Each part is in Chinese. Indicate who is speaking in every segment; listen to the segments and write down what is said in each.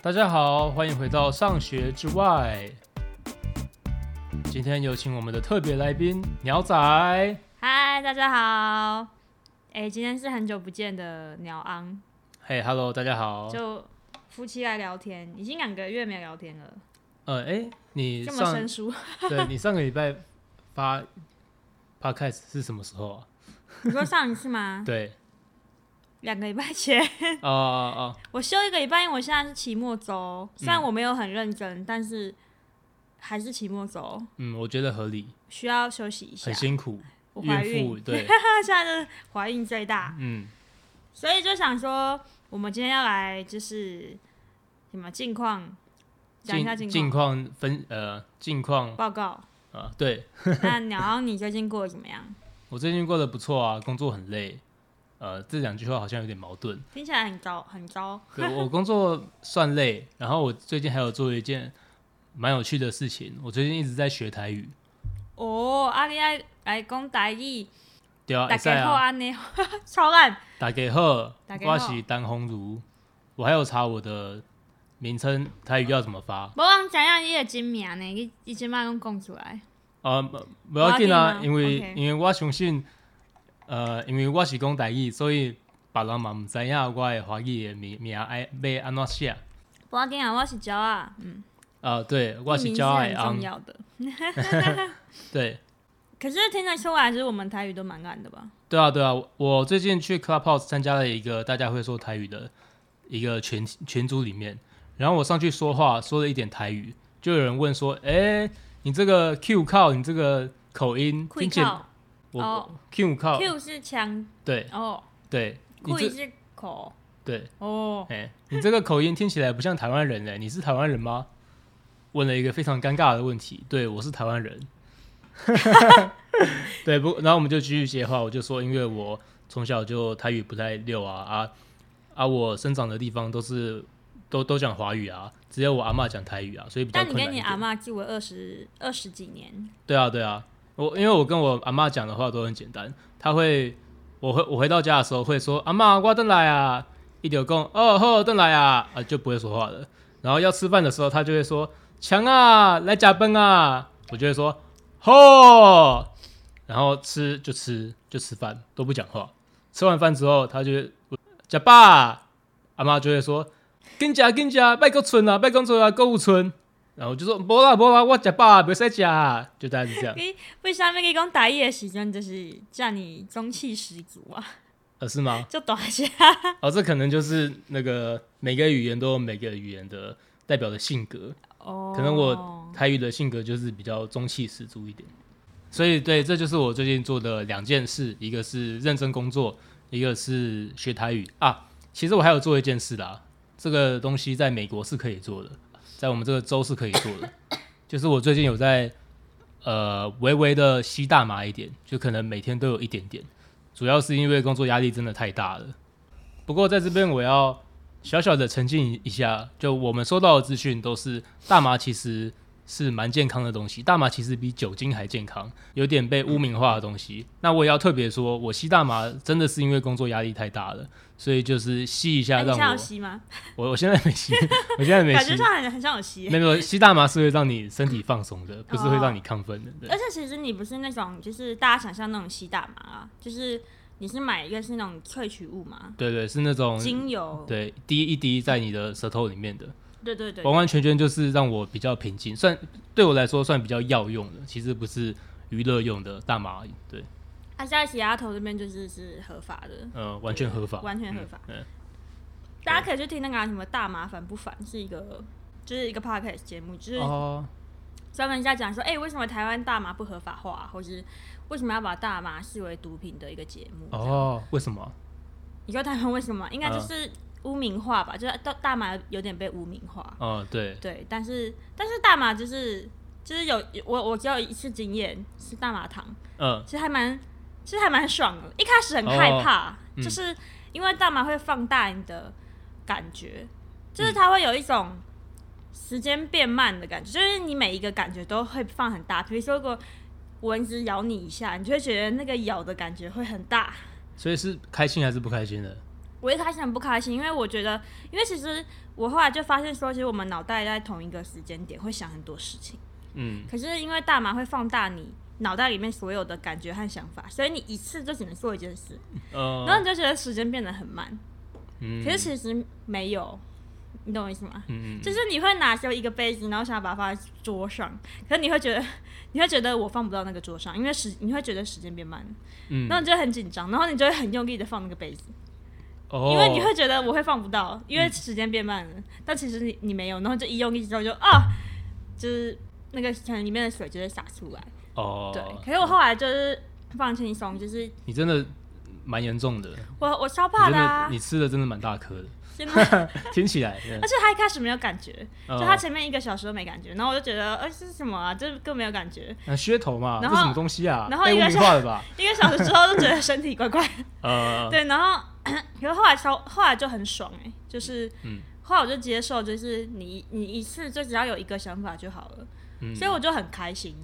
Speaker 1: 大家好，欢迎回到上学之外。今天有请我们的特别来宾鸟仔，
Speaker 2: 嗨，大家好。哎、今天是很久不见的鸟昂，
Speaker 1: 嘿、h e l l o 大家好。
Speaker 2: 就夫妻来聊天，已经两个月没聊天了，
Speaker 1: 呃，哎、你
Speaker 2: 这么
Speaker 1: 上
Speaker 2: 生疏。
Speaker 1: 对你上个礼拜发 podcast 是什么时候啊？
Speaker 2: 你说上一次吗？
Speaker 1: 对，
Speaker 2: 两个礼拜前，
Speaker 1: 哦哦哦，
Speaker 2: 我休一个礼拜，因为我现在是期末周，虽然我没有很认真，但是还是期末周，
Speaker 1: 嗯，我觉得合理，
Speaker 2: 需要休息一下
Speaker 1: 很。辛苦，
Speaker 2: 我啊怀
Speaker 1: 孕妇
Speaker 2: 孕，
Speaker 1: 对，
Speaker 2: 那现在就是怀孕最大，
Speaker 1: 嗯，
Speaker 2: 所以就想说，我们今天要来就是什么近况，讲一下
Speaker 1: 近
Speaker 2: 近
Speaker 1: 近况分呃近况
Speaker 2: 报告。
Speaker 1: 啊，对，
Speaker 2: 那鸟昂，你最近过得怎么样？
Speaker 1: 我最近过得不错啊，工作很累。呃，这两句话好像有点矛盾。
Speaker 2: 听起来很糟，很糟。
Speaker 1: 对我工作算累，然后我最近还有做一件蛮有趣的事情，我最近一直在学台语。
Speaker 2: 哦，啊，你爱来讲台语，
Speaker 1: 对啊，
Speaker 2: 大
Speaker 1: 可以
Speaker 2: 家好
Speaker 1: 啊，
Speaker 2: 安尼， 超烂。
Speaker 1: 大家好，
Speaker 2: 大家好
Speaker 1: 我是Dan 红如，我还有查我的名称台语要怎么发。
Speaker 2: 无人知影你的真名呢，你你即摆拢讲出来。
Speaker 1: 呃，不要紧啊，
Speaker 2: 我要紧吗
Speaker 1: 因为
Speaker 2: OK
Speaker 1: 因为我相信，呃，因为我是讲台语，所以别人嘛毋知影我的华语的名名爱要安怎写。
Speaker 2: 无要紧啊，我是鸟啊，嗯，
Speaker 1: 啊、对，我
Speaker 2: 艺
Speaker 1: 是
Speaker 2: 名
Speaker 1: 骄
Speaker 2: 很
Speaker 1: 傲
Speaker 2: 重
Speaker 1: 的，嗯
Speaker 2: 要的。
Speaker 1: 对。
Speaker 2: 可是听得出来，就是我们台语都蛮烂的吧？
Speaker 1: 对啊，对啊，我我最近去 Clubhouse 参加了一个大家会说台语的一个群群组里面，然后我上去说话，说了一点台语，就有人问说：“哎，你这个 Q 靠，你这个口音嗯
Speaker 2: 溃
Speaker 1: 听起来
Speaker 2: 靠
Speaker 1: 我、
Speaker 2: 哦
Speaker 1: Q 靠，
Speaker 2: ，Q 是枪
Speaker 1: 对
Speaker 2: 哦，
Speaker 1: 对，你
Speaker 2: 溃
Speaker 1: 这
Speaker 2: 是口
Speaker 1: 对，
Speaker 2: 哦，
Speaker 1: 哎，你这个口音听起来不像台湾人嘞，哎你是台湾人吗？”问了一个非常尴尬的问题，对我是台湾人， 对不？然后我们就继续接话，我就说，因为我从小就台语不太溜啊啊啊！我生长的地方都是都都讲华语啊，只有我阿嬷讲台语啊，所以比较
Speaker 2: 但
Speaker 1: 困
Speaker 2: 你
Speaker 1: 难一
Speaker 2: 跟
Speaker 1: 点。
Speaker 2: 你阿妈住了二十二十几年，，
Speaker 1: 对啊对啊，我因为我跟我阿嬷讲的话都很简单，她会我回我回到家的时候会说阿嬷我回来啊，一丢公哦吼回来啊啊就不会说话了。然后要吃饭的时候，她就会说强啊来加班啊，我就会说吼，然后吃就吃就吃饭都不讲话。吃完饭之后，她就会加爸，阿妈就会说跟加跟加拜个村啊拜个村啊购物村。然后我就说不啦不啦，我食饱啊，袂使食啊，就大概是这样
Speaker 2: 为啥物你讲台语的时阵，就是叫你中气十足啊？
Speaker 1: 呃，是吗？
Speaker 2: 就短些。
Speaker 1: 哦，这可能就是那个每个语言都有每个语言的代表的性格，
Speaker 2: 哦，
Speaker 1: 可能我台语的性格就是比较中气十足一点，所以对，这就是我最近做的两件事，一个是认真工作，一个是学台语啊。其实我还有做一件事啦，这个东西在美国是可以做的，在我们这个州是可以做的， 就是我最近有在呃微微的吸大麻一点，就可能每天都有一点点，主要是因为工作压力真的太大了。不过在这边我要小小的澄清一下，就我们收到的资讯都是大麻其实是蛮健康的东西，大麻其实比酒精还健康，有点被污名化的东西。那我也要特别说，我吸大麻真的是因为工作压力太大了，所以就是吸一
Speaker 2: 那
Speaker 1: 下
Speaker 2: 哎你
Speaker 1: 让
Speaker 2: 现在有
Speaker 1: 我
Speaker 2: 吸吗？
Speaker 1: 我我现在没 吸，我现在没
Speaker 2: 感觉
Speaker 1: 吸。
Speaker 2: 上很很像有吸。
Speaker 1: 没有没有吸大麻是会让你身体放松的，不是会让你亢奋的。对
Speaker 2: 而且其实你不是那种，就是大家想象那种吸大麻啊，就是你是买一个是那种萃取物嘛，
Speaker 1: 对对，是那种
Speaker 2: 精油，
Speaker 1: 嗯对滴一滴在你的舌头里面的，
Speaker 2: 对对对
Speaker 1: 完完全全就是让我比较平静，算对我来说算比较药用的，其实不是娱乐用的大麻而已。对，
Speaker 2: 啊，在西雅图这边就是是合法的，
Speaker 1: 呃，完全合法，
Speaker 2: 完全合法。
Speaker 1: 嗯嗯
Speaker 2: 大家可以去听那个啊、什么大麻烦不烦，是一个就是一个 podcast 节目，就是
Speaker 1: 哦，
Speaker 2: 专门在讲说，哎、为什么台湾大麻不合法化，或是为什么要把大麻视为毒品的一个节目。
Speaker 1: 哦，为什么？
Speaker 2: 你说台湾为什么？应该就是污名化吧，就是大大麻有点被污名化。
Speaker 1: 哦，对，
Speaker 2: 对，但是但是大麻就是就是有我我只有一次经验是大麻糖，
Speaker 1: 嗯，
Speaker 2: 其实还蛮其实还蛮爽的。一开始很害怕，
Speaker 1: 嗯
Speaker 2: 就是因为大麻会放大你的感觉，就是它会有一种时间变慢的感觉，就是你每一个感觉都会放很大。比如说，如果蚊子咬你一下，你就会觉得那个咬的感觉会很大。
Speaker 1: 所以是开心还是不开心的？
Speaker 2: 我一开始很不开心，因为我觉得，因为其实我后来就发现说，其实我们脑袋在同一个时间点会想很多事情，
Speaker 1: 嗯，
Speaker 2: 可是因为大麻会放大你脑袋里面所有的感觉和想法，所以你一次就只能做一件事，然后
Speaker 1: 呃，
Speaker 2: 你就觉得时间变得很慢。
Speaker 1: 嗯
Speaker 2: 可是其实没有，你懂我意思吗？
Speaker 1: 嗯嗯
Speaker 2: 就是你会拿出一个杯子，然后想要把它放在桌上，可是你会觉得， 你会觉得我放不到那个桌上，因为时你会觉得时间变慢了，
Speaker 1: 嗯，
Speaker 2: 然后你就会很紧张，然后你就会很用力的放那个杯子，
Speaker 1: 哦，
Speaker 2: 因为你会觉得我会放不到，因为时间变慢了，但其实你你没有，然后就一用力之后就啊，就是那个可能里面的水就会洒出来，
Speaker 1: 哦，
Speaker 2: 对。可是我后来就是放轻松，就是
Speaker 1: 你真的蛮严重的，
Speaker 2: 我我超
Speaker 1: 你
Speaker 2: 怕
Speaker 1: 真
Speaker 2: 的、
Speaker 1: 的
Speaker 2: 啊，
Speaker 1: 你吃的真的蛮大颗的，
Speaker 2: 真的。
Speaker 1: 听起 来，嗯
Speaker 2: 而且他一开始没有感觉，
Speaker 1: 哦
Speaker 2: 就他前面一个小时都没感觉，然后我就觉得，呃，这是什么啊？这更没有感觉。
Speaker 1: 呃那噱头嘛，这
Speaker 2: 然后
Speaker 1: 什么东西啊？
Speaker 2: 然后
Speaker 1: 被
Speaker 2: 一个
Speaker 1: 污名
Speaker 2: 是
Speaker 1: 化了吧？
Speaker 2: 一个小时之后就觉得身体怪怪，
Speaker 1: 呃，
Speaker 2: 对，然后 可是后来超后来就很爽哎、就是
Speaker 1: 嗯
Speaker 2: 后来我就接受，就是你你一次就只要有一个想法就好了，
Speaker 1: 嗯
Speaker 2: 所以我就很开心，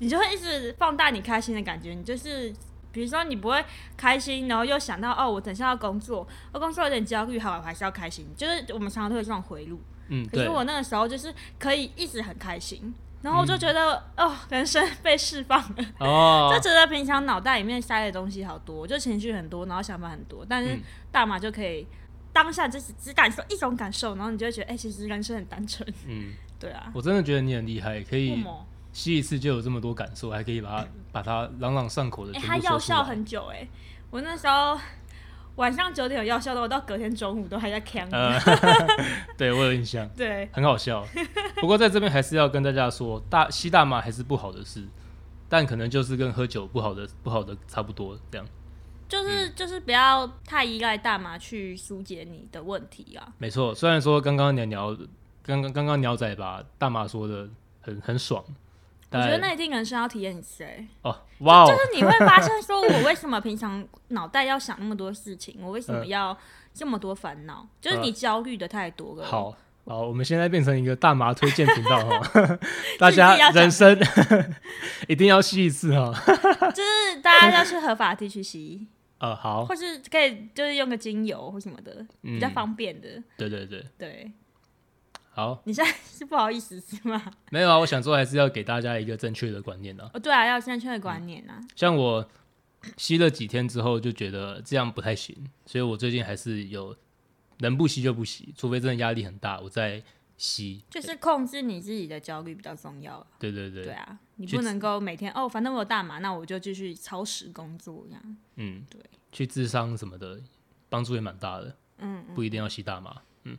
Speaker 2: 你就会一直放大你开心的感觉，你就是。比如说，你不会开心，然后又想到哦，我等一下要工作，我工作有点焦虑，好，我还是要开心。就是我们常常都有这种回路，
Speaker 1: 嗯，
Speaker 2: 可
Speaker 1: 对
Speaker 2: 是，我那个时候就是可以一直很开心，然后我就
Speaker 1: 嗯
Speaker 2: 觉得、哦，人生被释放了，
Speaker 1: 哦
Speaker 2: 就，觉得平常脑袋里面塞的东西好多，就情绪很多，然后想法很多，但是
Speaker 1: 嗯
Speaker 2: 大麻就可以当下就是只感受一种感受，然后你就会觉得哎、其实人生很单纯，
Speaker 1: 嗯，
Speaker 2: 对啊，
Speaker 1: 我真的觉得你很厉害，可
Speaker 2: 不
Speaker 1: 以
Speaker 2: 么？
Speaker 1: 吸一次就有这么多感受，还可以把它把它朗朗上口的
Speaker 2: 哎、
Speaker 1: 全
Speaker 2: 它
Speaker 1: 部
Speaker 2: 药
Speaker 1: 说出
Speaker 2: 效
Speaker 1: 来。
Speaker 2: 很久哎、我那时候晚上九点有药效的，我到隔天中午都还在扛、
Speaker 1: 呃， 对我有印象，
Speaker 2: 对，
Speaker 1: 很好 笑。不过在这边还是要跟大家说，大吸大麻还是不好的事，但可能就是跟喝酒不好的不好的差不多这样。嗯
Speaker 2: 就是就是不要太依赖大麻去疏解你的问题啊。
Speaker 1: 没错，虽然说刚刚鸟鸟，刚刚刚刚鸟仔把大麻说的很很爽，
Speaker 2: 我
Speaker 1: 但
Speaker 2: 觉得那一定人生要体验一次哎、
Speaker 1: 哦，哇哦
Speaker 2: 就，是你会发现，说我为什么平常脑袋要想那么多事情，我为什么
Speaker 1: 嗯
Speaker 2: 要这么多烦恼？就是你焦虑的太多了。，
Speaker 1: 好好，我们现在变成一个大麻推荐频道哈， 大
Speaker 2: 自己
Speaker 1: 家
Speaker 2: 要讲
Speaker 1: 人生 一定要吸一次哈。
Speaker 2: 就是大家要去合法地区吸，
Speaker 1: 呃，好，
Speaker 2: 或是可以就是用个精油或什么的，比
Speaker 1: 嗯
Speaker 2: 较，方便的。
Speaker 1: 对对对，
Speaker 2: 对
Speaker 1: 好，
Speaker 2: 你现在是不好意思是吗？
Speaker 1: 没有啊，我想说还是要给大家一个正确的观念啊。
Speaker 2: 哦，对啊，要有正确的观念啊。
Speaker 1: 像我吸了几天之后就觉得这样不太行，所以我最近还是有能不吸就不吸，除非真的压力很大，我再吸。
Speaker 2: 就是控制你自己的焦虑比较重要啊，
Speaker 1: 对对对，
Speaker 2: 对啊，你
Speaker 1: 去
Speaker 2: 不能够每天哦，反正我有大麻，那我就继续超时工作这样。
Speaker 1: 嗯，
Speaker 2: 对，
Speaker 1: 去智商什么的，帮助也蛮大的。
Speaker 2: 嗯，
Speaker 1: 不一定要吸大麻。嗯，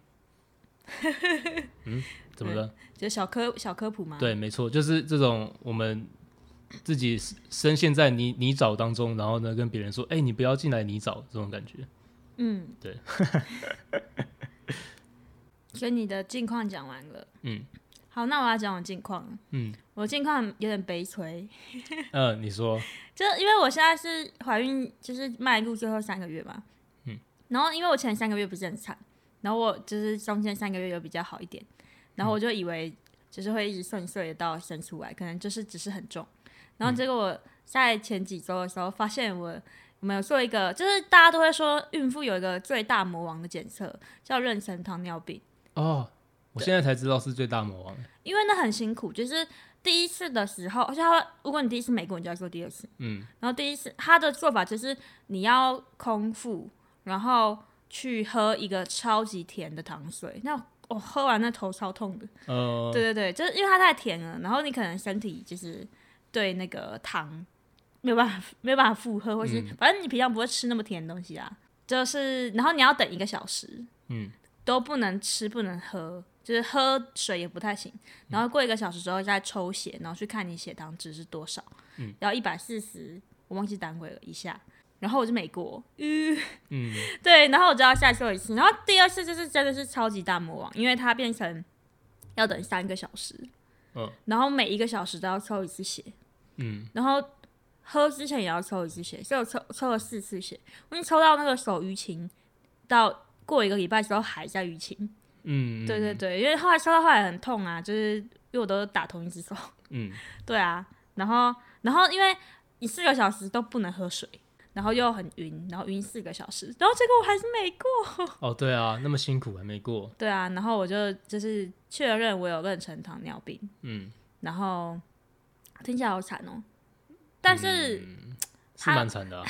Speaker 1: 嗯，怎么了？
Speaker 2: 就小科小科普嘛。
Speaker 1: 对，没错，就是这种我们自己深陷在泥泥沼当中，然后呢跟别人说：“哎、你不要进来泥沼。”这种感觉。
Speaker 2: 嗯，
Speaker 1: 对。
Speaker 2: 所以你的近况讲完了，
Speaker 1: 嗯
Speaker 2: 好，那我要讲我近况了。
Speaker 1: 嗯
Speaker 2: 我近况有点悲催，
Speaker 1: 嗯、你说，
Speaker 2: 就因为我现在是怀孕，就是迈入最后三个月嘛。
Speaker 1: 嗯。
Speaker 2: 然后因为我前三个月不是很惨，然后我就是中间三个月有比较好一点，然后我就以为就是会一直顺遂的到生出来，可能就是只是很重。然后结果我在前几周的时候发现我。我们有做一个，就是大家都会说孕妇有一个最大魔王的检测，叫妊娠糖尿病。
Speaker 1: 哦，我现在才知道是最大魔王。
Speaker 2: 因为那很辛苦，就是第一次的时候，而且他会如果你第一次没过，你就要做第二次。
Speaker 1: 嗯
Speaker 2: 然后第一次他的做法就是你要空腹，然后去喝一个超级甜的糖水。那我喝完那头超痛的，
Speaker 1: 呃，
Speaker 2: 对对对，就是因为它太甜了，然后你可能身体就是对那个糖没有办法没有办法负荷，或是、反正你平常不会吃那么甜的东西啊。就是然后你要等一个小时，
Speaker 1: 嗯，
Speaker 2: 都不能吃不能喝，就是喝水也不太行。然后过一个小时之后再抽血，然后去看你血糖值是多少，嗯，然后一百四十，我忘记单位了以下。然后我就没过，
Speaker 1: 嗯
Speaker 2: 对，然后我就要再做一次，然后第二次就是真的是超级大魔王，因为它变成要等三个小时，
Speaker 1: 嗯
Speaker 2: 然后每一个小时都要抽一次血，
Speaker 1: 嗯，
Speaker 2: 然后喝之前也要抽一次血，所以我抽抽了四次血，我已经抽到那个手淤青，到过一个礼拜之后还在淤青，
Speaker 1: 嗯，
Speaker 2: 对对对，因为后来抽到后来很痛啊，就是因为我都打同一只手，
Speaker 1: 嗯，
Speaker 2: 对啊，然后然后因为你四个小时都不能喝水，然后又很晕，然后晕四个小时，然后结果我还是没过。
Speaker 1: 哦，对啊，那么辛苦还没过，
Speaker 2: 对啊，然后我就就是确认我有妊娠糖尿病，
Speaker 1: 嗯，
Speaker 2: 然后听起来好惨哦，但是、
Speaker 1: 是蛮惨的、啊。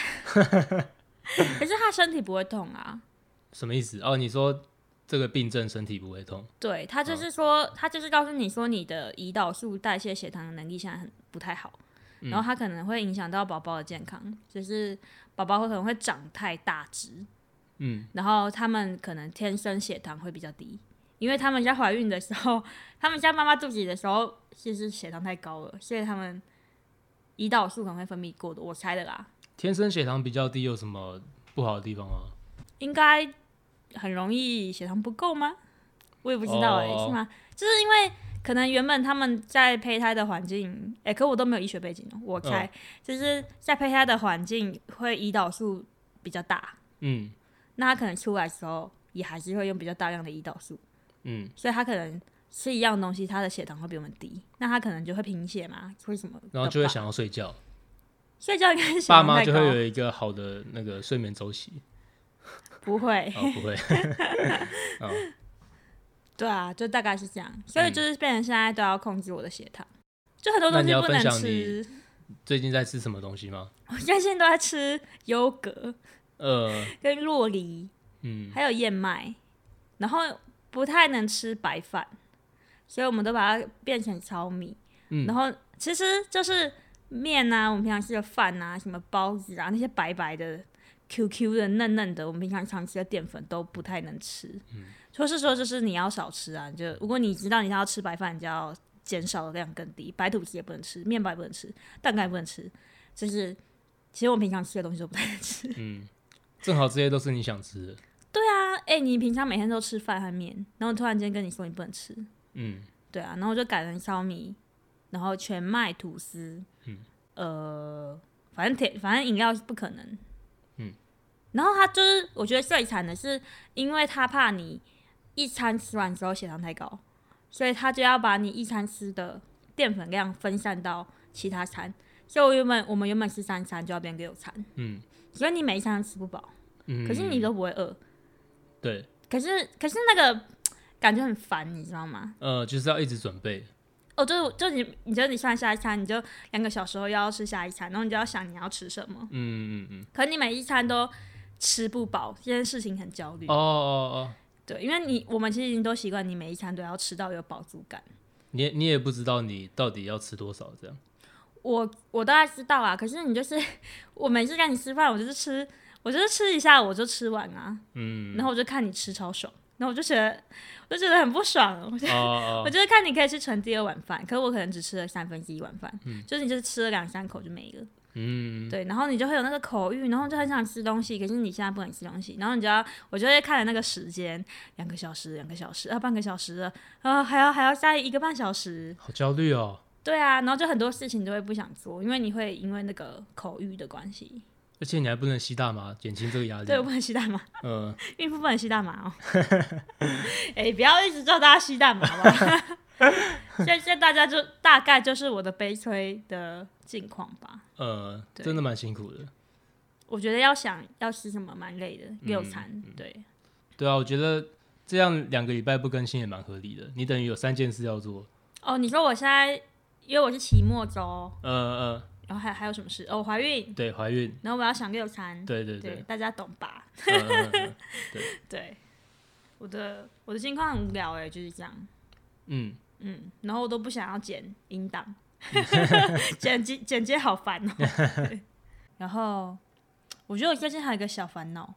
Speaker 2: 可是他身体不会痛啊。
Speaker 1: 什么意思？哦，你说这个病症身体不会痛，
Speaker 2: 对他就是说，他就是告诉你说你的胰岛素代谢血糖的能力现在很不太好，然后它可能会影响到宝宝的健康，就是宝宝会可能会长太大只，
Speaker 1: 嗯，
Speaker 2: 然后他们可能天生血糖会比较低，因为他们家怀孕的时候，他们家妈妈肚子里的时候其实血糖太高了，所以他们胰岛素可能会分泌过多，我猜的啦，
Speaker 1: 天生血糖比较低有什么不好的地方吗？
Speaker 2: 应该很容易血糖不够吗？我也不知道哎、
Speaker 1: 哦
Speaker 2: 是吗？就是因为可能原本他们在胚胎的环境，哎、可我都没有医学背景哦，我猜、就是在胚胎的环境会胰岛素比较大，
Speaker 1: 嗯
Speaker 2: 那他可能出来的时候也还是会用比较大量的胰岛素，
Speaker 1: 嗯，
Speaker 2: 所以他可能吃一样东西，他的血糖会比我们低，那他可能就会贫血嘛，会什么的吧？
Speaker 1: 然后就会想要睡觉，
Speaker 2: 睡觉应该是血
Speaker 1: 爸
Speaker 2: 糖
Speaker 1: 妈
Speaker 2: 太
Speaker 1: 就
Speaker 2: 高
Speaker 1: 会有一个好的那个睡眠周期。
Speaker 2: 不会？
Speaker 1: 哦，不会，
Speaker 2: 对啊，就大概是这样，所以就是变成现在都要控制我的血糖，就很多
Speaker 1: 嗯那
Speaker 2: 东
Speaker 1: 你
Speaker 2: 西
Speaker 1: 要
Speaker 2: 不
Speaker 1: 分
Speaker 2: 能
Speaker 1: 享
Speaker 2: 吃
Speaker 1: 你。最近在吃什么东西吗？
Speaker 2: 我现在现在都在吃优格、
Speaker 1: 呃，
Speaker 2: 跟洛梨，
Speaker 1: 嗯，
Speaker 2: 还有燕麦，然后不太能吃白饭，所以我们都把它变成糙米。
Speaker 1: 嗯
Speaker 2: 然后其实就是面啊，我们平常吃的饭啊，什么包子啊，那些白白的、QQ 的、嫩嫩的，我们平常常吃的淀粉都不太能吃。
Speaker 1: 嗯
Speaker 2: 说是说，就是你要少吃啊，你就如果你知道你要吃白饭，你就要减少的量更低。白吐司也不能吃，面包也不能吃，蛋糕也不能吃，就是。其实我们平常吃的东西都不太能吃。
Speaker 1: 嗯正好这些都是你想吃的。
Speaker 2: 对啊，哎、你平常每天都吃饭和面，然后突然间跟你说你不能吃，
Speaker 1: 嗯，
Speaker 2: 对啊，然后我就改成糙米，然后全麦吐司，
Speaker 1: 嗯
Speaker 2: 呃，反正甜，反正饮料是不可能，
Speaker 1: 嗯，
Speaker 2: 然后他就是我觉得最惨的是，因为他怕你一餐吃完之后血糖太高，所以他就要把你一餐吃的淀粉量分散到其他餐，所以我原本我们原本吃三餐就要变六餐，
Speaker 1: 嗯，
Speaker 2: 所以你每一餐都吃不饱，
Speaker 1: 嗯
Speaker 2: 可是你都不会饿。
Speaker 1: 对，
Speaker 2: 可是可是那个感觉很烦，你知道吗？
Speaker 1: 呃，就是要一直准备。
Speaker 2: 哦，就是就你，你觉得你算下一餐，你就两个小时后又要吃下一餐，然后你就要想你要吃什么。
Speaker 1: 嗯嗯嗯。
Speaker 2: 可你每一餐都吃不饱，这件事情很焦虑。
Speaker 1: 哦哦
Speaker 2: 对，因为你我们其实已经都习惯你每一餐都要吃到有饱足感。
Speaker 1: 哦，你也你也不知道你到底要吃多少这样。
Speaker 2: 我我大概知道啊，可是你就是 我每次跟你吃饭，我就是吃，我就是吃一下我就吃完啊，
Speaker 1: 嗯，
Speaker 2: 然后我就看你吃超爽，然后我就觉得我就觉得很不爽，我就
Speaker 1: 哦哦
Speaker 2: 我
Speaker 1: 哦，
Speaker 2: 就是看你可以吃成第二碗饭，可是我可能只吃了三分之一碗饭，就是你就是吃了两三口就没了，
Speaker 1: 嗯，
Speaker 2: 对，然后你就会有那个口欲，然后就很想吃东西，可是你现在不能吃东西，然后你就要，我就会看了那个时间，两个小时，两个小时，啊，半个小时了，啊，还要还要再一个半小时，
Speaker 1: 好焦虑哦。
Speaker 2: 对啊，然后就很多事情都会不想做，因为你会因为那个口欲的关系，
Speaker 1: 而且你还不能吸大麻，减轻这个压力。
Speaker 2: 对，我不能吸大麻，
Speaker 1: 嗯，
Speaker 2: 孕妇不能吸大麻哦， 哎、不要一直叫大家吸大麻好不好？ 现在大家就大概就是我的悲催的境况吧。
Speaker 1: 呃，
Speaker 2: 对
Speaker 1: 真的蛮辛苦的。
Speaker 2: 我觉得要想要吃什么蛮累的，
Speaker 1: 嗯
Speaker 2: 六餐、对，
Speaker 1: 对啊，我觉得这样两个礼拜不更新也蛮合理的。你等于有三件事要做。
Speaker 2: 哦，你说我现在因为我是期末周，
Speaker 1: 呃呃，
Speaker 2: 然后还还有什么事？哦，我怀孕，
Speaker 1: 对，怀孕，
Speaker 2: 然后我要想六餐，
Speaker 1: 对对对，
Speaker 2: 大家懂吧？
Speaker 1: 嗯嗯嗯
Speaker 2: 对，我的我的情况很无聊哎、就是这样。
Speaker 1: 嗯，
Speaker 2: 嗯，然后我都不想要剪音档， 剪辑剪接好烦哦、 对然后我觉得我最近还有一个小烦恼，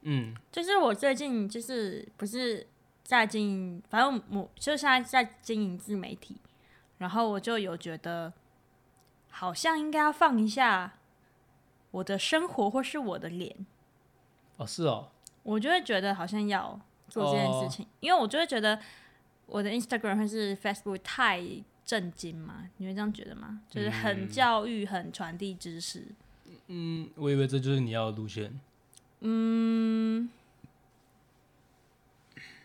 Speaker 1: 嗯
Speaker 2: 就是我最近就是不是在经营，反正我就现在在经营自媒体，然后我就有觉得好像应该要放一下我的生活或是我的脸，
Speaker 1: 哦是哦，
Speaker 2: 我就会觉得好像要做这件事情，因为我就会觉得我的 Instagram 或是 Facebook 太震惊嘛，你会这样觉得吗？就是很教育、很传递知识。
Speaker 1: 嗯，我以为这就是你要的路线。嗯，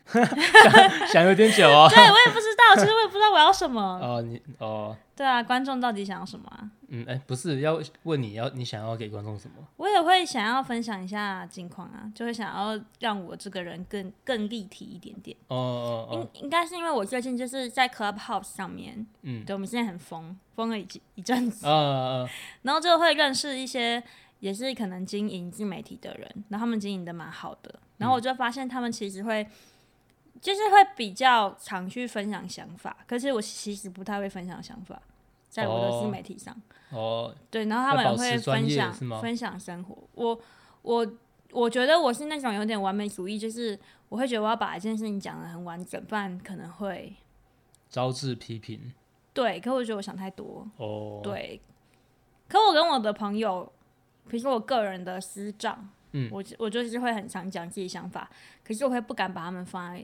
Speaker 1: 想有点久哦。
Speaker 2: 对我也不知道，其实我也不知道我要什么。
Speaker 1: 哦，你哦，
Speaker 2: 对啊，观众到底想要什么啊？
Speaker 1: 嗯，哎、不是要问你要你想要给观众什么？
Speaker 2: 我也会想要分享一下近况啊，就会想要让我这个人更更立体一点点。
Speaker 1: 哦哦哦，
Speaker 2: 应应该是因为我最近就是在 Clubhouse 上面，
Speaker 1: 嗯，
Speaker 2: 对，我们现在很疯，疯了一阵一阵子，
Speaker 1: 啊啊啊
Speaker 2: 然后就会认识一些也是可能经营自媒体的人，然后他们经营的蛮好的，
Speaker 1: 嗯
Speaker 2: 然后我就发现他们其实会。就是会比较常去分享想法，可是我其实不太会分享想法，在我的
Speaker 1: 哦
Speaker 2: 自媒体上。
Speaker 1: 哦，
Speaker 2: 对，然后他们
Speaker 1: 要
Speaker 2: 也
Speaker 1: 保持
Speaker 2: 会
Speaker 1: 专
Speaker 2: 分
Speaker 1: 业
Speaker 2: 享
Speaker 1: 是吗
Speaker 2: 分享生活。我我我觉得我是那种有点完美主义，就是我会觉得我要把一件事情讲的很完整，不然可能会
Speaker 1: 招致批评
Speaker 2: 对。可我觉得我想太多，
Speaker 1: 哦，，
Speaker 2: 对。可我跟我的朋友，比如说我个人的私账，
Speaker 1: 嗯
Speaker 2: 我我就是会很常讲自己想法，可是我会不敢把他们放在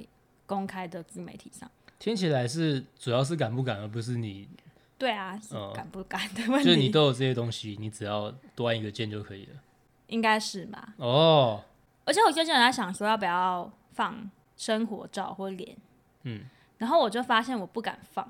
Speaker 2: 公开的自媒体上。
Speaker 1: 听起来是主要是敢不敢，而不是你，
Speaker 2: 对啊，是
Speaker 1: 哦
Speaker 2: 敢不敢的问
Speaker 1: 就是
Speaker 2: 题，
Speaker 1: 你都有这些东西，你只要多按一个键就可以了。
Speaker 2: 应该是吧？
Speaker 1: 哦，
Speaker 2: 而且我最近有在想说要不要放生活照或脸，
Speaker 1: 嗯，
Speaker 2: 然后我就发现我不敢放，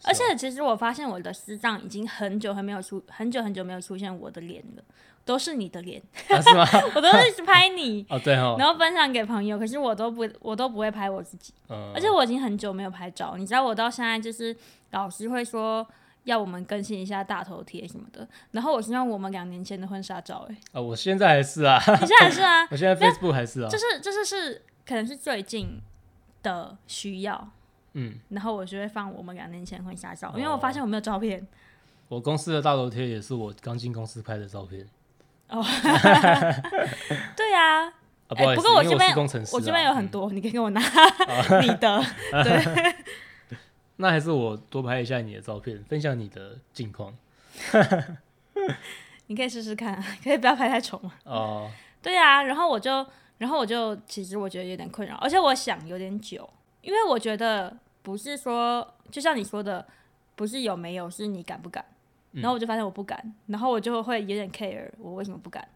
Speaker 1: 是哦
Speaker 2: 而且其实我发现我的私账已经很久很没有出，很久很久没有出现我的脸了，都是你的 脸，
Speaker 1: 哦啊是吗？
Speaker 2: 我都是拍你，
Speaker 1: 哦对哦，
Speaker 2: 然后分享给朋友，可是我都不我都不会拍我自己，
Speaker 1: 嗯，
Speaker 2: 而且我已经很久没有拍照，你知道我到现在就是老师会说。要我们更新一下大头贴什么的，然后我是用我们两年前的婚纱照、欸，
Speaker 1: 啊我现在还是 啊，
Speaker 2: 哎，你现在也是啊，
Speaker 1: 我现在 Facebook 还是啊
Speaker 2: 就，是就是是可能是最近的需要，
Speaker 1: 嗯，
Speaker 2: 然后我就会放我们两年前婚纱照，
Speaker 1: 哦
Speaker 2: 因为我发现我没有照片，
Speaker 1: 我公司的大头贴也是我刚进公司拍的照片
Speaker 2: 对啊，
Speaker 1: 啊，不
Speaker 2: 哎
Speaker 1: 好意思，
Speaker 2: 不过我
Speaker 1: 因
Speaker 2: 这
Speaker 1: 为
Speaker 2: 边
Speaker 1: 是工程师啊，
Speaker 2: 我这边有很
Speaker 1: 嗯
Speaker 2: 多，你可以给我 拿你的，对，
Speaker 1: 那还是我多拍一下你的照片，分享你的近 况
Speaker 2: 你可以试试看 啊，可以不要拍太丑吗？
Speaker 1: 哦。
Speaker 2: 对啊，然后我就，然后我就，其实我觉得有点困扰，而且我想有点久，因为我觉得不是说，就像你说的，不是有没有，是你敢不敢。然后我就发现我不敢，然后我就会有点 care 我为什么不敢。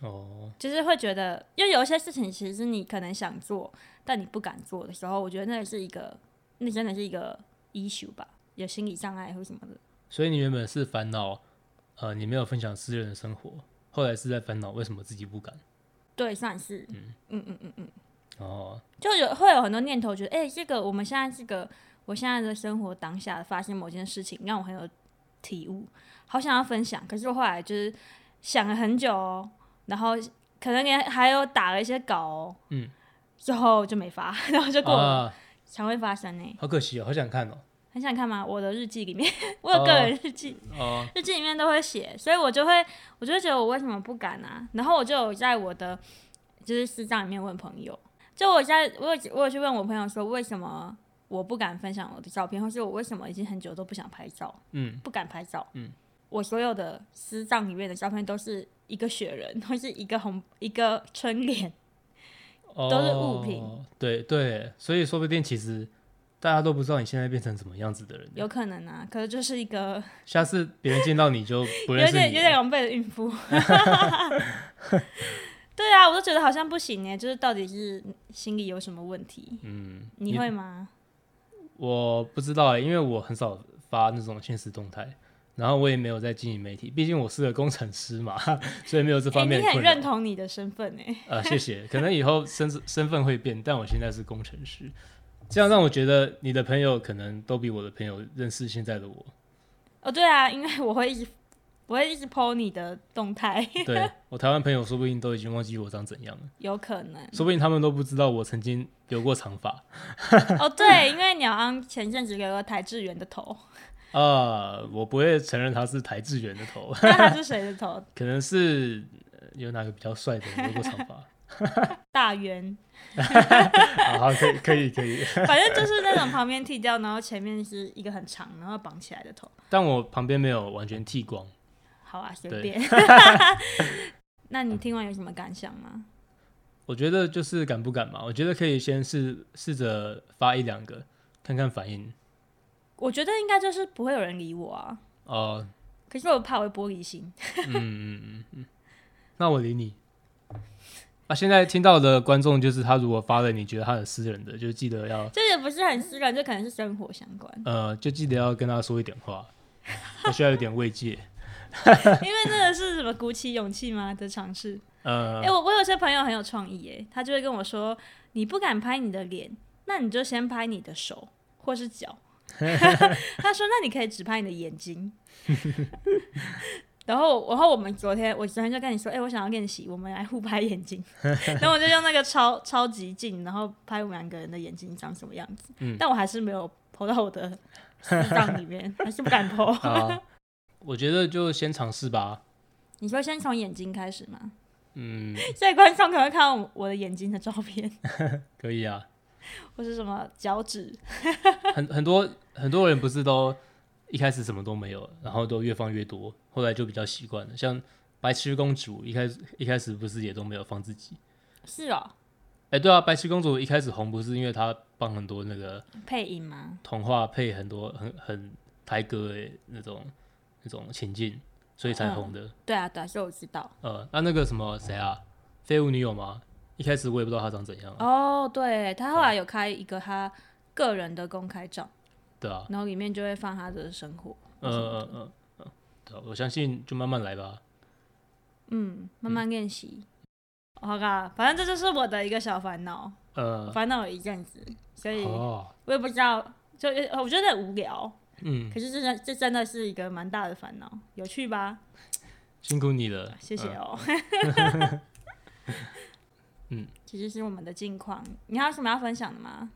Speaker 1: 哦，
Speaker 2: 就是会觉得，因为有一些事情其实你可能想做，但你不敢做的时候，我觉得那是一个，那真的是一个 issue 吧，有心理障碍或什么的。
Speaker 1: 所以你原本是烦恼，呃，你没有分享私人的生活，后来是在烦恼为什么自己不敢。
Speaker 2: 对，算是，嗯嗯嗯嗯，
Speaker 1: 哦，
Speaker 2: 就有会有很多念头，觉得，哎、这个我们现在这个我现在的生活当下发生某件事情，让我很有体悟，好想要分享。可是我后来就是想了很久哦，然后可能连还有打了一些稿哦，
Speaker 1: 嗯，
Speaker 2: 之后就没发， 然后就过了，
Speaker 1: 啊，
Speaker 2: 常会发生呢、欸
Speaker 1: 好可惜哦，好想看哦。
Speaker 2: 很想看吗？我的日记里面， 我有个人日记，
Speaker 1: 哦，
Speaker 2: 日记里面都会写，所以我就会，我就会觉得我为什么不敢啊？然后我就有在我的就是私账里面问朋友，就我在我有我有去问我朋友说为什么我不敢分享我的照片，或是我为什么已经很久都不想拍照，
Speaker 1: 嗯，
Speaker 2: 不敢拍照。
Speaker 1: 嗯，
Speaker 2: 我所有的私账里面的照片都是一个雪人，或是一个红一个春联，
Speaker 1: 哦，
Speaker 2: 都是物品。
Speaker 1: 对对，所以说不定其实大家都不知道你现在变成什么样子的人。
Speaker 2: 有可能啊，可是就是一个
Speaker 1: 下次别人见到你就不认
Speaker 2: 有
Speaker 1: 识你了。
Speaker 2: 点有点狼狈的 孕妇。对啊，我都觉得好像不行欸呢，就是到底是心里有什么问题？
Speaker 1: 嗯，
Speaker 2: 你会吗？
Speaker 1: 我不知道、欸，因为我很少发那种现实动态，然后我也没有在经营媒体，毕竟我是个工程师嘛， 所以没有这
Speaker 2: 哎、
Speaker 1: 方面
Speaker 2: 你
Speaker 1: 的
Speaker 2: 很
Speaker 1: 困扰。
Speaker 2: 认同你的身份哎，
Speaker 1: 呃，谢谢。可能以后身身份会变，但我现在是工程师，这样让我觉得你的朋友可能都比我的朋友认识现在的 我。
Speaker 2: 哦对啊，因为我会一直我会一直 PO 你的动态，
Speaker 1: 对我台湾朋友，说不定都已经忘记我长怎样了，
Speaker 2: 有可能
Speaker 1: 说不定他们都不知道我曾经留过长发
Speaker 2: 哦对，因为鸟昂前阵子留了台志远的头，
Speaker 1: 啊、我不会承认他是台志远的头，
Speaker 2: 那他是谁的头？
Speaker 1: 可能是呃有哪个比较帅的人留过长发。
Speaker 2: 大圆，
Speaker 1: 啊，好，可以，可以，可以。
Speaker 2: 反正就是那种旁边剃掉，然后前面是一个很长，然后绑起来的头。
Speaker 1: 但我旁边没有完全剃光，
Speaker 2: 好啊，随
Speaker 1: 对
Speaker 2: 便。 那你听完有什么感想吗？
Speaker 1: 我觉得就是敢不敢嘛。我觉得可以先试试着发一两个，看看反应。
Speaker 2: 我觉得应该就是不会有人理我啊，
Speaker 1: 哦、
Speaker 2: 可是我怕我会玻璃心。
Speaker 1: 那我理你。啊，现在听到的观众就是他，如果发了你觉得他很私人的，就记得要
Speaker 2: 这也不是很私人，这 可能是生活相关。
Speaker 1: 呃，就记得要跟他说一点话，我需要有点慰藉。
Speaker 2: 因为那个是什么鼓起勇气吗的尝试。
Speaker 1: 呃
Speaker 2: 哎、，我我有些朋友很有创意，哎，他就会跟我说，你不敢拍你的脸，那你就先拍你的手或是脚。他说，那你可以只拍你的眼睛。然后，然后我们昨天，我昨天就跟你说，哎、我想要练习，我们来互拍眼睛。然后我就用那个超超级近，然后拍我们两个人的眼睛长什么样子。
Speaker 1: 嗯
Speaker 2: 但我还是没有 PO 到我的私账里面，还是不敢 PO。
Speaker 1: 啊，我觉得就先尝试吧。
Speaker 2: 你说先从眼睛开始吗？
Speaker 1: 嗯，
Speaker 2: 所以观众可能会看到我的眼睛的照片，
Speaker 1: 可以啊。
Speaker 2: 或是什么脚趾。
Speaker 1: 很很多很多人不是都一开始什么都没有，然后都越放越多，后来就比较习惯了。像白痴公主一开始一开始不是也都没有放自己？
Speaker 2: 是哦，
Speaker 1: 哎、对啊，白痴公主一开始红不是因为她帮很多那个
Speaker 2: 配音吗？
Speaker 1: 童话配很多很很台歌的那种那种情境，所以才红的。
Speaker 2: 对啊，对啊，所以我知道。
Speaker 1: 呃，那那个什么谁啊，废物女友吗？一开始我也不知道她长怎样、啊，
Speaker 2: 哦，对他后来有开一个他个人的公开照，
Speaker 1: 对啊，
Speaker 2: 然后里面就会放他的生活，
Speaker 1: 呃呃呃呃，对啊我相信就慢慢来吧。
Speaker 2: 嗯，慢慢练习。好啦，反正这就是我的一个小烦恼，
Speaker 1: 呃，
Speaker 2: 烦恼了一阵子，所以
Speaker 1: 哦，
Speaker 2: 我也不知道，就我觉得很无聊，
Speaker 1: 嗯，
Speaker 2: 可是这真这真的是一个蛮大的烦恼，有趣吧？
Speaker 1: 辛苦你了，
Speaker 2: 谢谢
Speaker 1: 嗯
Speaker 2: 哦。
Speaker 1: 嗯，
Speaker 2: 这就是我们的近况。你还有什么要分享的吗？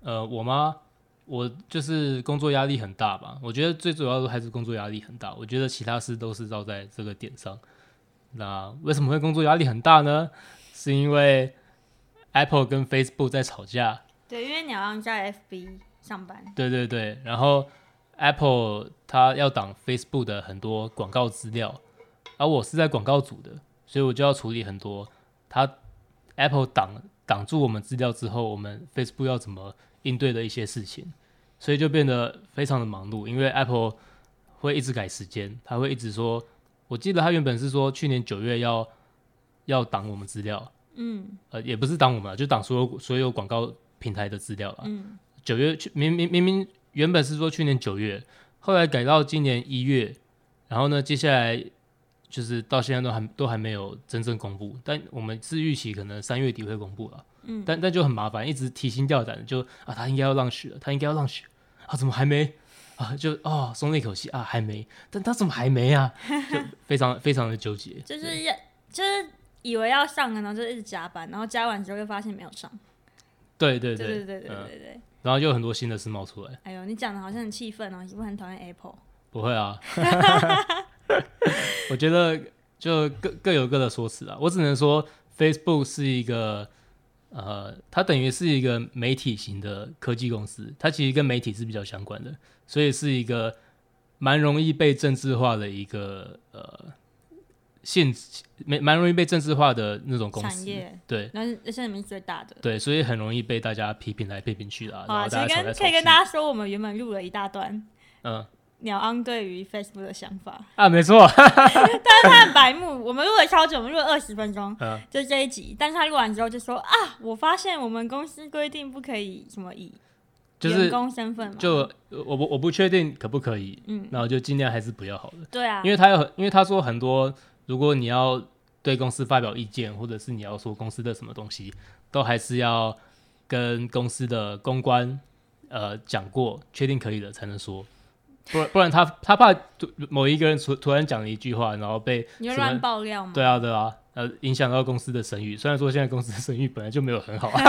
Speaker 1: 呃，我吗？我就是工作压力很大吧。我觉得最主要的还是工作压力很大。我觉得其他事都是绕在这个点上。那为什么会工作压力很大呢？是因为 Apple 跟 Facebook 在吵架。
Speaker 2: 对，因为你好像在 FB 上班。
Speaker 1: 对对对，然后 Apple 它要挡 Facebook 的很多广告资料，而我是在广告组的，所以我就要处理很多它 Apple 挡挡住我们资料之后，我们 Facebook 要怎么应对的一些事情，所以就变得非常的忙碌，因为 Apple 会一直改时间，它会一直说，我记得它原本是说去年九月要要挡我们资料，
Speaker 2: 嗯
Speaker 1: 呃，也不是挡我们啊，就挡所有所有广告平台的资料了。
Speaker 2: 嗯，
Speaker 1: 九月去明明明明原本是说去年九月，后来改到今年一月，然后呢，接下来就是到现在都还都还没有真正公布，但我们是预期可能三月底会公布了，嗯，但但就很麻烦，一直提心吊胆的，就啊，他应该要浪许了，他应该要浪许啊，怎么还没啊？就哦，松了一口气啊，还没，但他怎么还没啊？就非常非常的纠结，
Speaker 2: 就是要就是以为要上了，然后就一直加班，然后加完之后就发现没有上。
Speaker 1: 对对
Speaker 2: 对
Speaker 1: 对
Speaker 2: 对对对
Speaker 1: 嗯
Speaker 2: 对对。
Speaker 1: 然后就有很多新的事冒出来，
Speaker 2: 哎呦，你讲的好像很气愤哦，你是不是很讨厌 Apple？
Speaker 1: 不会 啊，我觉得就各各有各的说辞啊。我只能说，Facebook 是一个呃，它等于是一个媒体型的科技公司，它其实跟媒体是比较相关的，所以是一个蛮容易被政治化的一个呃性质，蛮蛮容易被政治化的那种公
Speaker 2: 产
Speaker 1: 司。
Speaker 2: 业，
Speaker 1: 对
Speaker 2: 然后而且你们是最大的。
Speaker 1: 对，所以很容易被大家批评来批评去的、啊，
Speaker 2: 好
Speaker 1: 然
Speaker 2: 啊，
Speaker 1: 后
Speaker 2: 其
Speaker 1: 大
Speaker 2: 实
Speaker 1: 家吵来吵
Speaker 2: 跟可以
Speaker 1: 去
Speaker 2: 跟。大家说，我们原本录了一大段
Speaker 1: 嗯
Speaker 2: 鸟昂对于 Facebook 的想 法，
Speaker 1: 啊，没错，
Speaker 2: 他很白目。我们录了超久，我们录了二十分钟，
Speaker 1: 嗯
Speaker 2: 就这一集。但是他录完之后就说啊，我发现我们公司规定不可以什么以
Speaker 1: 就是
Speaker 2: 员工身份嘛，
Speaker 1: 就呃我不我不确定可不可以，
Speaker 2: 嗯
Speaker 1: 然后就尽量还是不要好了，
Speaker 2: 对啊
Speaker 1: 因，为他有很，因为他说很多，如果你要对公司发表意见，或者是你要说公司的什么东西，都还是要跟公司的公关呃讲过，确定可以了才能说，不然不然他他怕突某一个人突突然讲了一句话，然后被
Speaker 2: 你就
Speaker 1: 什么
Speaker 2: 乱爆料嘛。
Speaker 1: 对啊，对啊，呃，影响到公司的声誉。虽然说现在公司的声誉本来就没有很好，啊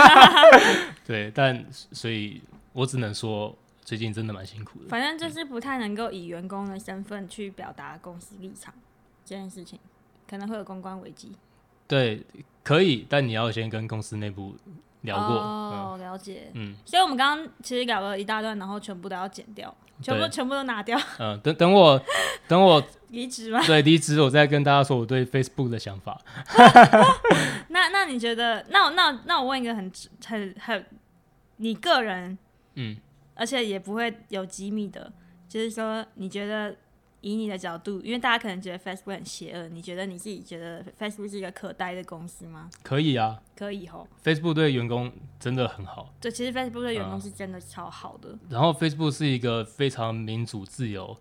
Speaker 1: 对，但所以我只能说，最近真的蛮辛苦的。
Speaker 2: 反正就是不太能够以员工的身份去表达公司立场这件事情，可能会有公关危机。
Speaker 1: 对，可以，但你要先跟公司内部聊过。
Speaker 2: 哦，了解。
Speaker 1: 嗯
Speaker 2: 所以我们刚刚其实聊了一大段，然后全部都要剪掉，全部
Speaker 1: 对
Speaker 2: 全部都拿掉，
Speaker 1: 嗯嗯，等等我 等我
Speaker 2: 离职吗？
Speaker 1: 对离职，我再跟大家说我对 Facebook 的想法。
Speaker 2: 那那你觉得？那我那我那我问一个很直很很你个人，
Speaker 1: 嗯，
Speaker 2: 而且也不会有机密的，就是说你觉得。以你的角度，因为大家可能觉得 Facebook 很邪恶，你觉得你自己觉得 Facebook 是一个可待的公司吗？
Speaker 1: 可以啊
Speaker 2: 可以吼，
Speaker 1: ，Facebook 对员工真的很好。
Speaker 2: 对，其实
Speaker 1: 啊
Speaker 2: Facebook 的员工
Speaker 1: 嗯
Speaker 2: 是真的超好的，
Speaker 1: 然后 Facebook 是一个非常民主自由，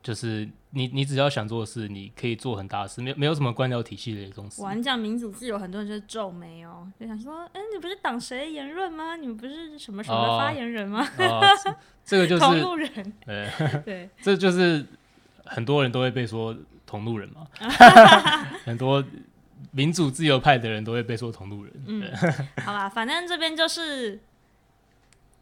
Speaker 1: 就是你你只要想做的事，你可以做很大的事，没有没有什么官僚体系的公司。
Speaker 2: 哇，你讲民主自由，很多人就是皱眉哦，就想说，哎、你不是挡谁的言论吗？你不是什么什么的
Speaker 1: 哦
Speaker 2: 发言人吗？
Speaker 1: 啊，这这个就
Speaker 2: 同
Speaker 1: 是
Speaker 2: 路人，
Speaker 1: 呃，
Speaker 2: 对，
Speaker 1: 这就是很多人都会被说同路人 嘛，很多民主自由派的人都会被说同路人。
Speaker 2: 嗯
Speaker 1: 对，
Speaker 2: 好啦，反正这边就是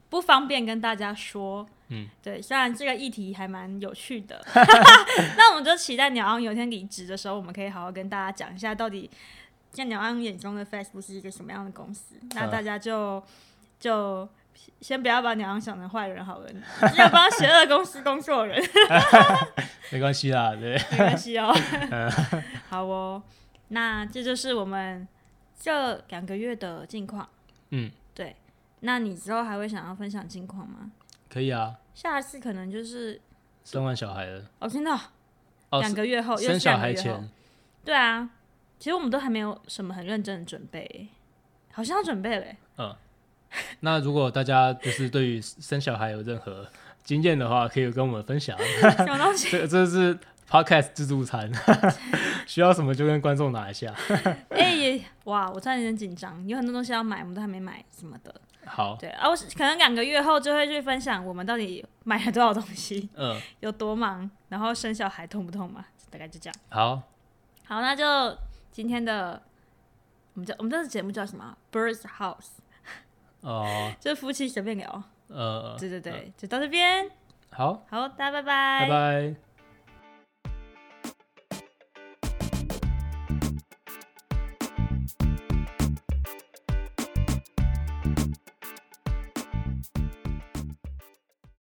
Speaker 2: 不方便跟大家说。
Speaker 1: 嗯，
Speaker 2: 对，虽然这个议题还蛮有趣的， 那我们就期待鸟昂有一天离职的时候，我们可以好好跟大家讲一下，到底在鸟昂眼中的 Facebook 是一个什么样的公司。那大家就就先不要把鸟昂想成坏人好了，要帮邪恶公司工作的人
Speaker 1: 没关系啦，对，
Speaker 2: 没关系 哦。 好哦，那这就是我们这两个月的近况。
Speaker 1: 嗯，
Speaker 2: 对，那你之后还会想要分享近况吗？
Speaker 1: 可以啊，
Speaker 2: 下一次可能就是
Speaker 1: 生完小孩了，
Speaker 2: 哦，真的哦
Speaker 1: 哦，
Speaker 2: 两、个月后，又
Speaker 1: 生
Speaker 2: 是
Speaker 1: 小
Speaker 2: 两个
Speaker 1: 孩
Speaker 2: 月后
Speaker 1: 前，，
Speaker 2: 对啊，其实我们都还没有什么很认真的准备耶，好像要准备 了耶。
Speaker 1: 嗯，那如果大家就是对于生小孩有任何 经验的话，可以跟我们分 享。
Speaker 2: 什么东西？
Speaker 1: 这这是 podcast 自助餐， 需要什么就跟观众拿一下。
Speaker 2: 哎、也哇，我突然有点紧张，有很多东西要买，我们都还没买什么的。
Speaker 1: 好，
Speaker 2: 对啊，我是可能两个月后就会去分享我们到底买了多少东西，
Speaker 1: 嗯，
Speaker 2: 有多忙，然后生小孩痛不痛嘛，大概就这样。
Speaker 1: 好，
Speaker 2: 好，那就今天的我们这我们这次节目叫什么啊？Birds House，
Speaker 1: 哦，
Speaker 2: 就是夫妻随便聊。
Speaker 1: 呃，
Speaker 2: 对对对，就到这边。
Speaker 1: 好，
Speaker 2: 好，大家拜
Speaker 1: 拜拜。